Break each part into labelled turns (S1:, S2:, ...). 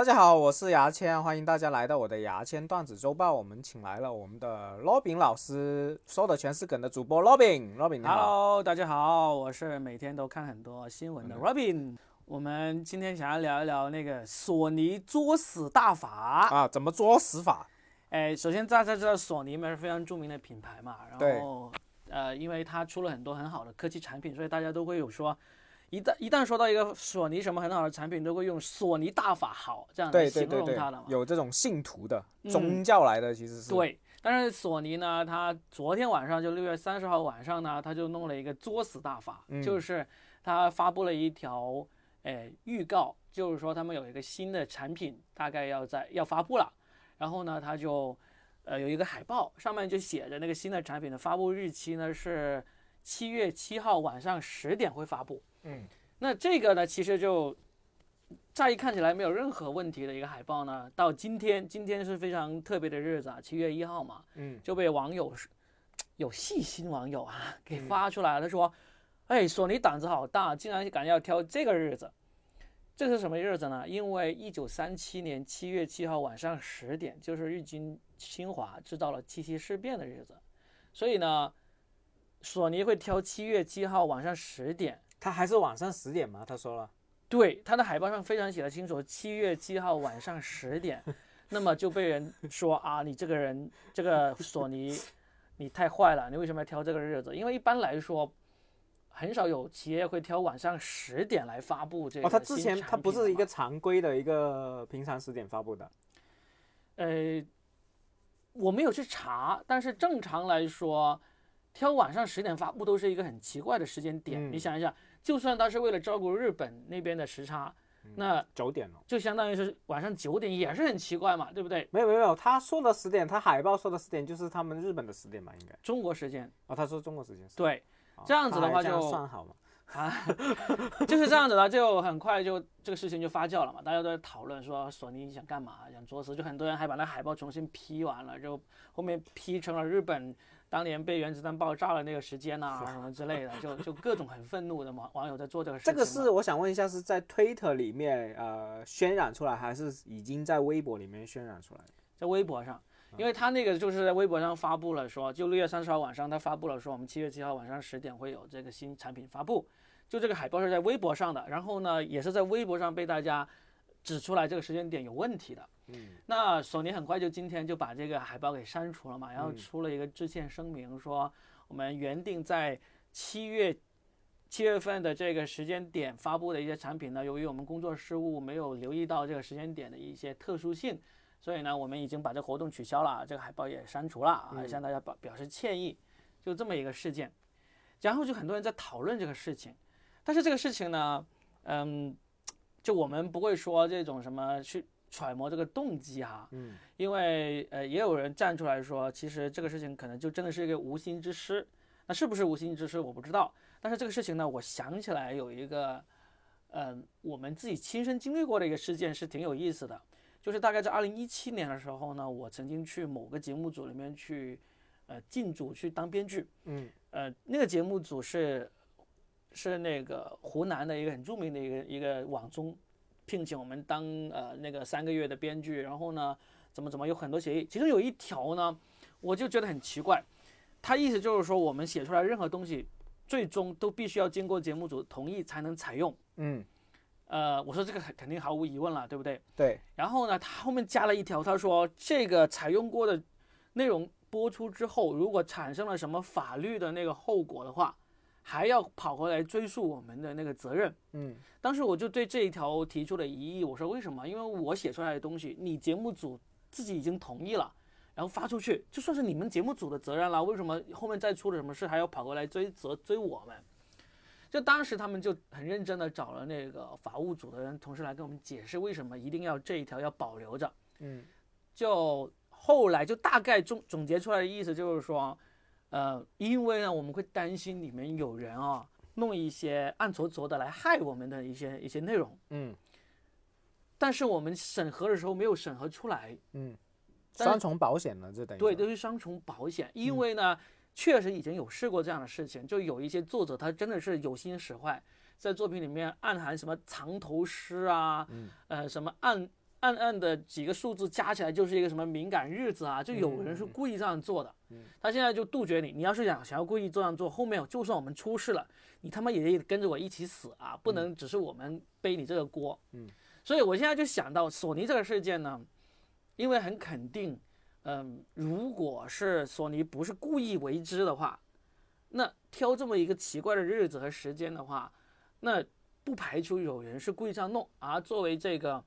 S1: 大家好，我是牙签，欢迎大家来到我的牙签段子周报。我们请来了我们的 Robin 老师，说的全是梗的主播 Robin。Robin 你好。
S2: Hello，大家好，我是每天都看很多新闻的
S1: 嗯
S2: Robin。我们今天想要聊一聊那个索尼作死大法。
S1: 啊，怎么作死法？
S2: 哎，首先大家知道索尼嘛是非常著名的品牌嘛，
S1: 对
S2: 然后呃，因为它出了很多很好的科技产品，所以大家都会有说，一旦一旦说到一个索尼什么很好的产品，都会用索尼大法好这样来
S1: 对
S2: 形
S1: 对对
S2: 容
S1: 对
S2: 它的嘛，。
S1: 有这种信徒的宗教来的，其实是。
S2: 对，但是索尼呢，它昨天晚上就六月三十号晚上呢，它就弄了一个作死大法，
S1: 嗯
S2: 就是它发布了一条呃预告，就是说他们有一个新的产品，大概要在要发布了，然后呢，它就呃有一个海报，上面就写着那个新的产品的发布日期呢是七月七号晚上十点会发布。
S1: 嗯，
S2: 那这个呢，其实就乍一看起来没有任何问题的一个海报呢，到今天，今天是非常特别的日子啊，七月一号嘛，
S1: 嗯，
S2: 就被网友是有细心网友啊给发出来了，他说：“哎，索尼胆子好大，竟然敢要挑这个日子。”这是什么日子呢？因为一九三七年七月七号晚上十点，就是日军侵华制造了七七事变的日子，所以呢，索尼会挑七月七号晚上十点
S1: 他还是晚上十点嘛，他说了。
S2: 对，它的海报上非常写的清楚，七月七号晚上十点，那么就被人说啊，你这个人，这个索尼，你太坏了，你为什么要挑这个日子？因为一般来说，很少有企业会挑晚上十点来发布这个
S1: 哦，他
S2: 新
S1: 之前
S2: 产
S1: 他不
S2: 品的
S1: 是一
S2: 嘛
S1: 个常规的一个平常十点发布的。
S2: 呃，我没有去查，但是正常来说，挑晚上十点发布都是一个很奇怪的时间点。
S1: 嗯
S2: 你想一想，就算他是为了照顾日本那边的时差，
S1: 嗯
S2: 那
S1: 九点哦。
S2: 就相当于是晚上九点，也是很奇怪嘛，对不对？
S1: 没有没有没有，他说的十点，他海报说的十点就是他们日本的十点嘛，应该。
S2: 中国时间，
S1: 哦，他说中国时间是。
S2: 对，
S1: 哦
S2: 这样子
S1: 他
S2: 的
S1: 还
S2: 话
S1: 样
S2: 就
S1: 算好嘛。
S2: 啊， 就是这样子的，就很快就这个事情就发酵了嘛，大家都在讨论说索尼想干嘛，想作死，就很多人还把那海报重新 P 完了，就后面 P 成了日本当年被原子弹爆炸的那个时间 呐、什么之类的，就就各种很愤怒的网网友在做这个事
S1: 这
S2: 情嘛。
S1: 个是我想问一下，是在 Twitter 里面呃渲染出来，还是已经在微博里面渲染出来的？
S2: 在微博上，因为他那个就是在微博上发布了说，就六月三十号晚上他发布了说，我们七月七号晚上十点会有这个新产品发布，就这个海报是在微博上的，然后呢也是在微博上被大家指出来这个时间点有问题的。
S1: 嗯，
S2: 那索尼很快就今天就把这个海报给删除了嘛，然后出了一个致歉声明说，我们原定在七月七月份的这个时间点发布的一些产品呢，由于我们工作失误没有留意到这个时间点的一些特殊性，所以呢，我们已经把这活动取消了，这个海报也删除了啊，向大家表表示歉意，就这么一个事件。然后就很多人在讨论这个事情，但是这个事情呢，嗯，就我们不会说这种什么去揣摩这个动机哈，
S1: 嗯，
S2: 因为呃也有人站出来说，其实这个事情可能就真的是一个无心之失，那是不是无心之失我不知道，但是这个事情呢，我想起来有一个，呃，我们自己亲身经历过的一个事件是挺有意思的，就是大概在二零一七年的时候呢，我曾经去某个节目组里面去，呃，进组去当编剧，
S1: 嗯，
S2: 呃，那个节目组是是那个湖南的一个很著名的一个一个网综，聘请我们当呃那个三个月的编剧，然后呢，怎么怎么有很多协议，其中有一条呢，我就觉得很奇怪，他意思就是说我们写出来任何东西，最终都必须要经过节目组同意才能采用。
S1: 嗯，
S2: 呃，我说这个肯肯定毫无疑问了，对不对？
S1: 对，
S2: 然后呢，他后面加了一条，他说这个采用过的内容播出之后，如果产生了什么法律的那个后果的话，还要跑回来追溯我们的那个责任。
S1: 嗯，
S2: 当时我就对这一条提出了疑议，我说为什么？因为我写出来的东西，你节目组自己已经同意了，然后发出去，就算是你们节目组的责任了，为什么后面再出了什么事还要跑过来追责追我们？就当时他们就很认真的找了那个法务组的人同事来跟我们解释为什么一定要这一条要保留着。
S1: 嗯，
S2: 就后来就大概总总结出来的意思就是说，呃，因为呢我们会担心里面有人啊、弄一些暗搓搓的来害我们的一些一些内容，
S1: 嗯，
S2: 但是我们审核的时候没有审核出来，
S1: 嗯，
S2: 但是
S1: 双重保险了，这等于嗯
S2: 对，
S1: 说
S2: 都是双重保险，因为呢，确实已经有试过这样的事情，就有一些作者他真的是有心
S1: 嗯
S2: 使坏，在作品里面暗含什么藏头诗啊，呃，什么暗暗暗的几个数字加起来就是一个什么敏感日子啊，就有人是
S1: 嗯
S2: 故意这样做的。他现在就杜绝你，你要是想想要故意这样做，后面就算我们出事了，你他妈也得跟着我一起死啊，不能只是我们背你这个锅。
S1: 嗯，
S2: 所以我现在就想到索尼这个事件呢，因为很肯定，嗯、如果是索尼不是故意为之的话，那挑这么一个奇怪的日子和时间的话，那不排除有人是故意这样弄。而作为这个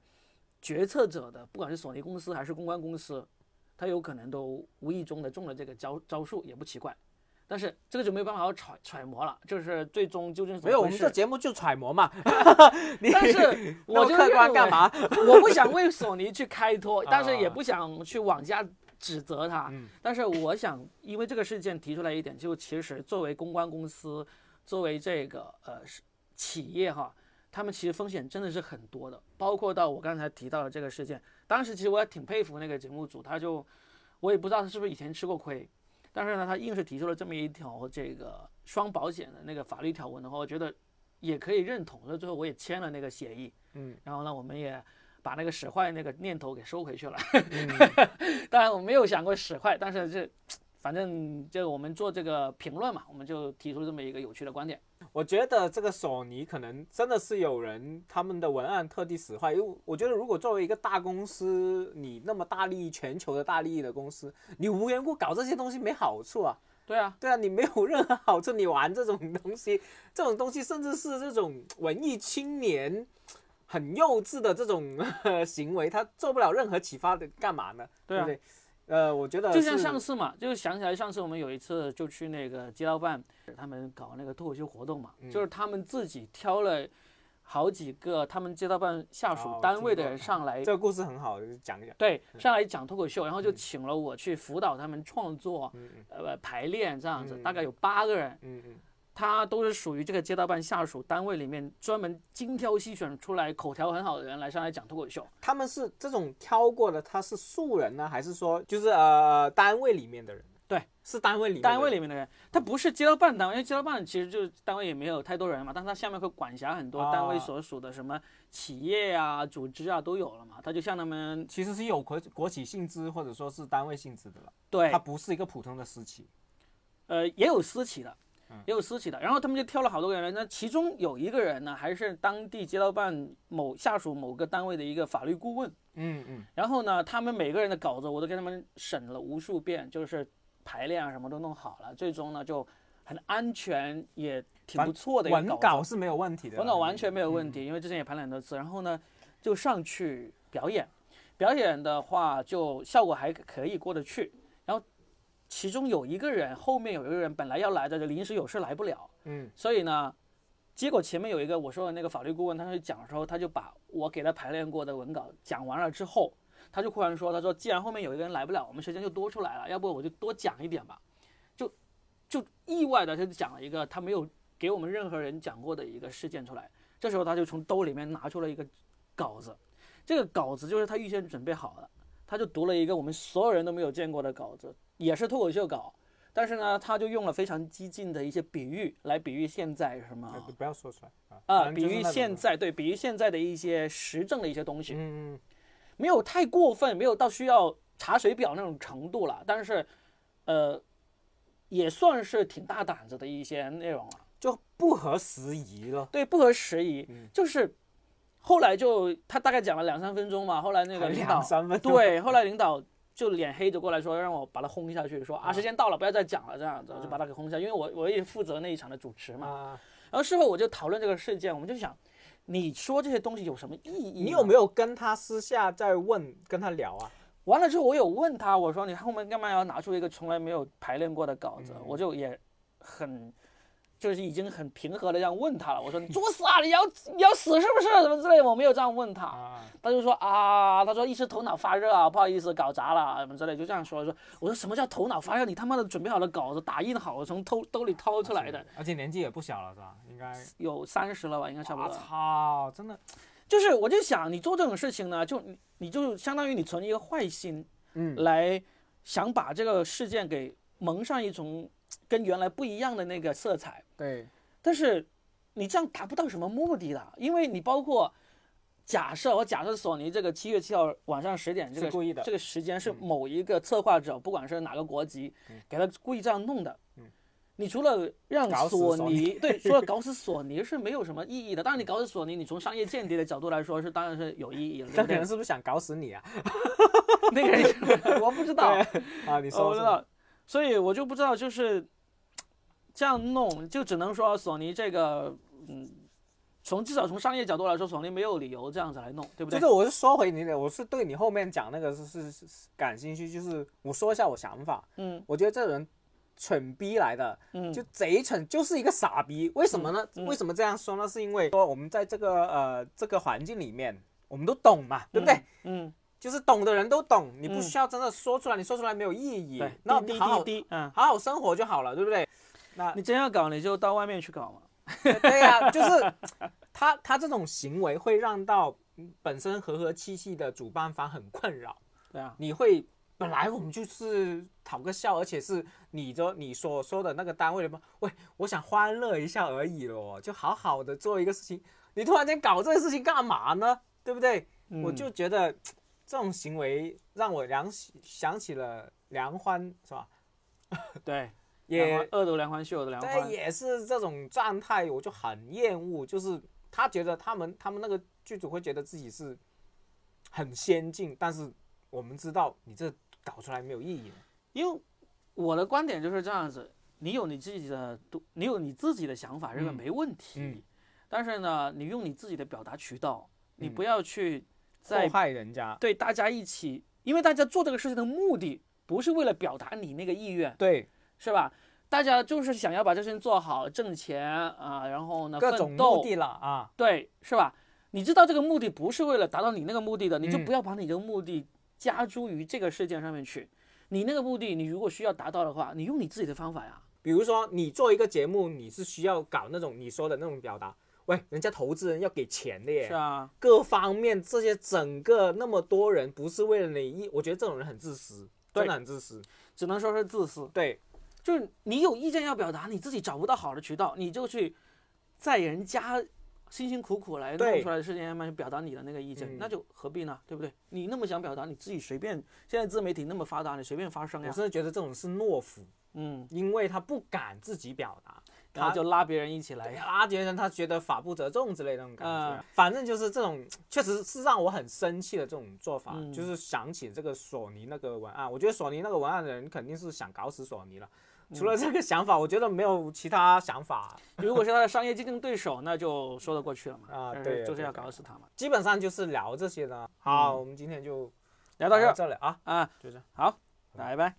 S2: 决策者的，不管是索尼公司还是公关公司，他有可能都无意中的中了这个招招数，也不奇怪。但是这个就没有办法好揣揣摩了，就是最终究竟是怎
S1: 没有，我
S2: 么回
S1: 们
S2: 事
S1: 这？节目就揣摩 嘛。你
S2: 但是我
S1: 那么
S2: 就
S1: 客
S2: 认
S1: 观
S2: 为
S1: 干嘛？
S2: 我不想为索尼去开脱，但是也
S1: 啊
S2: 不想去往下指责他。
S1: 嗯
S2: 但是我想，因为这个事件提出来一点，就其实作为公关公司，作为这个呃是企业哈，他们其实风险真的是很多的，包括到我刚才提到的这个事件。当时其实我也挺佩服那个节目组，他就我也不知道他是不是以前吃过亏，但是呢，他硬是提出了这么一条这个双保险的那个法律条文的话，我觉得也可以认同。所以最后我也签了那个协议，
S1: 嗯，
S2: 然后呢，我们也把那个使坏那个念头给收回去了。 当然我没有想过使坏，但是这反正就我们做这个评论嘛，我们就提出这么一个有趣的观点。
S1: 我觉得这个索尼可能真的是有人他们的文案特地使坏，因为我觉得如果作为一个大公司，你那么大利益全球的大利益的公司，你无缘故搞这些东西没好处啊。
S2: 对啊，
S1: 对啊，你没有任何好处，你玩这种东西，这种东西甚至是这种文艺青年很幼稚的这种 行为，他做不了任何启发的，干嘛呢？
S2: 对啊
S1: 不对？呃，我觉得
S2: 就像
S1: 是
S2: 上次嘛，就想起来上次我们有一次就去那个街道办，他们搞那个脱口秀活动嘛，就是他们自己挑了好几个他们街道办下
S1: 哦
S2: 属
S1: 我
S2: 单
S1: 听
S2: 位的
S1: 过
S2: 人上来
S1: 这个故事很好，讲一讲。
S2: 对，上来讲脱口秀，然后就请了我去辅导他们创作，呃，排练这样子，大概有八个人，
S1: 嗯嗯，
S2: 他都是属于这个街道办下属单位里面专门精挑细选出来口条很好的人来上来讲脱口秀。
S1: 他们是这种挑过的，他是素人呢，还是说就是呃单位里面的人？
S2: 对，
S1: 是单位里面的人
S2: 单位里面的人，他不是街道办单位，因为街道办其实就是单位也没有太多人嘛，但是他下面会管辖很多单位
S1: 啊
S2: 所属的什么企业啊、组织啊都有了嘛，他就向他们
S1: 其实是有国国企性质或者说是单位性质的了，
S2: 对
S1: 它不是一个普通的私企。
S2: 呃，也有私企的，也有私企的。然后他们就挑了好多个人，那其中有一个人呢，还是当地街道办某下属某个单位的一个法律顾问。
S1: 嗯嗯，
S2: 然后呢，他们每个人的稿子我都给他们审了无数遍，就是排练啊什么都弄好了，最终呢就很安全，也挺不错的一个
S1: 文
S2: 稿子。
S1: 稿是没有问题的啦，嗯
S2: 文稿完全没有问题，因为之前也排了很多次。然后呢，就上去表演，表演的话就效果还可以过得去。然后其中有一个人，后面有一个人本来要来的，就临时有事来不了，
S1: 嗯，
S2: 所以呢，结果前面有一个我说的那个法律顾问，他去讲的时候，他就把我给他排练过的文稿讲完了之后，他就忽然说，他说既然后面有一个人来不了，我们时间就多出来了，要不我就多讲一点吧，就就意外的他就讲了一个他没有给我们任何人讲过的一个事件出来。这时候他就从兜里面拿出了一个稿子，这个稿子就是他预先准备好的，他就读了一个我们所有人都没有见过的稿子，也是脱口秀稿。但是呢，他就用了非常激进的一些比喻来比喻现在什么
S1: 呃不要说出来啊
S2: 啊，
S1: 反
S2: 比
S1: 正就是那
S2: 喻
S1: 种
S2: 现
S1: 的
S2: 在对，比喻现在的一些时政的一些东西，
S1: 嗯嗯
S2: 没有太过分，没有到需要查水表那种程度了，但是，呃，也算是挺大胆子的一些内容了。
S1: 就不合时宜了。
S2: 对，不合时宜，
S1: 嗯
S2: 就是后来就他大概讲了两三分钟嘛，后来那个
S1: 还
S2: 领
S1: 两
S2: 导
S1: 三分钟
S2: 对，后来领导就脸黑着过来说让我把他轰下去，说啊时间到了不要再讲了这样子，我就把他给轰下去，因为我我也负责那一场的主持嘛。
S1: 啊，
S2: 然后事后我就讨论这个事件，我们就想，你说这些东西有什么意义？
S1: 你有没
S2: 有？
S1: 有跟他私下再问跟他聊啊？
S2: 完了之后我有问他，我说你后面干嘛要拿出一个从来没有排练过的稿子？我就也很。就是已经很平和的这样问他了，我说你作死啊，你要你要死是不是？什么之类的，我没有这样问他。
S1: 啊，
S2: 他就说啊，他说一时头脑发热啊，不好意思搞砸了啊什么之类，就这样说说。我说什么叫头脑发热？你他妈的准备好了稿子，打印好了，从兜兜里掏出来的，
S1: 而且年纪也不小了是吧？应该，
S2: 有三十了吧，应该差不
S1: 我
S2: 多。
S1: 操，真的，
S2: 就是我就想，你做这种事情呢，就你你就相当于你存一个坏心，
S1: 嗯，
S2: 来想把这个事件给蒙上一层跟原来不一样的那个色彩。
S1: 对，
S2: 但是你这样达不到什么目的的，因为你包括假设我假设索尼这个七月七号晚上十点这个
S1: 是嗯故意的
S2: 这个时间是某一个策划者，不管是哪个国籍，
S1: 嗯
S2: 给他故意这样弄的。你除了让
S1: 搞死
S2: 索
S1: 索
S2: 尼对，除了 搞死索尼是没有什么意义的。当然，你搞死索尼，你从商业间谍的角度来说是当然是有意义了，对
S1: 那
S2: 不
S1: 个
S2: 对
S1: 人？是不是想搞死你啊？
S2: 那个人 我不知道，
S1: 啊，你
S2: 哦我
S1: 说
S2: 不知
S1: 说，
S2: 道，所以我就不知道就是这样弄，就只能说哦索尼这个，嗯，从至少从商业角度来说，索尼没有理由这样子来弄，对不
S1: 就
S2: 对
S1: 是？我是说回你的，我是对你后面讲那个是是是是感兴趣，就是我说一下我想法，
S2: 嗯，
S1: 我觉得这人蠢逼来的，
S2: 嗯
S1: 就贼蠢，就是一个傻逼。为什么呢？为什么这样说呢？是因为说我们在这个呃这个环境里面，我们都懂嘛，对不对？
S2: 嗯，
S1: 就是懂的人都懂，你不需要真的说出来，你说出来没有意义
S2: 对，。
S1: 那
S2: 滴滴
S1: 好好
S2: 滴滴，嗯，
S1: 好好生活就好了，对不对？那
S2: 你真要搞你就到外面去搞嘛，
S1: 对呀、就是他他这种行为会让到本身和和气气的主办方很困扰。
S2: 对啊，
S1: 你会本来我们就是讨个笑，而且是你这你所说的那个单位的嘛，喂，我想欢乐一下而已咯，就好好的做一个事情，你突然间搞这个事情干嘛呢？对不对？我
S2: 嗯
S1: 就觉得这种行为让我想起想起了梁欢，是吧？
S2: 对，
S1: 也
S2: 梁欢恶毒梁欢，秀的梁
S1: 对，
S2: 欢，
S1: 也是这种状态，我就很厌恶。就是他觉得他们他们那个剧组会觉得自己是很先进，但是我们知道你这搞出来没有意义。
S2: 因为我的观点就是这样子，你有你自己的独，你有你自己的想法，这个没问题。
S1: 嗯
S2: 但是呢，你用你自己的表达渠道，
S1: 嗯
S2: 你不要去在
S1: 祸害人家。
S2: 对大家一起，因为大家做这个事情的目的不是为了表达你那个意愿，
S1: 对，
S2: 是吧？大家就是想要把这事情做好，挣钱啊、然后呢，
S1: 各种
S2: 奋
S1: 目
S2: 斗，
S1: 的了啊，
S2: 对，是吧？你知道这个目的不是为了达到你那个目的的，你就
S1: 嗯
S2: 不要把你的目的加诸于这个事件上面去。你那个目的，你如果需要达到的话，你用你自己的方法呀。
S1: 比如说你做一个节目，你是需要搞那种你说的那种表达。喂，人家投资人要给钱的耶，
S2: 是啊，
S1: 各方面这些整个那么多人，不是为了你一，我觉得这种人很自私，真
S2: 对
S1: 的很自私。
S2: 只能说是自私。
S1: 对，
S2: 就是你有意见要表达，你自己找不到好的渠道，你就去在人家辛辛苦苦来弄
S1: 对
S2: 出来的事情上面去表达你的那个意见，
S1: 嗯
S2: 那就何必呢？对不对？你那么想表达，你自己随便。现在自媒体那么发达，你随便发声
S1: 我
S2: 呀，
S1: 真的觉得这种是懦夫，
S2: 啊嗯，
S1: 因为他不敢自己表达，
S2: 然后就拉别人一起 来呀。
S1: 阿杰人他觉得法不责众之类的那种感觉，
S2: 啊
S1: 反正就是这种，确实是让我很生气的这种做法。
S2: 嗯
S1: 就是想起这个索尼那个文案，我觉得索尼那个文案的人肯定是想搞死索尼了。
S2: 嗯
S1: 除了这个想法，我觉得没有其他想法，
S2: 如果是他的商业竞争对手，那就说得过去了嘛。
S1: 啊
S2: 但
S1: 对
S2: 是
S1: 呀
S2: 就是
S1: 对
S2: 要
S1: 呀
S2: 搞死他嘛。
S1: 基本上就是聊这些的。好，我们今天就
S2: 嗯聊到这儿
S1: 这里啊，
S2: 啊，
S1: 就这样。
S2: 好，拜拜。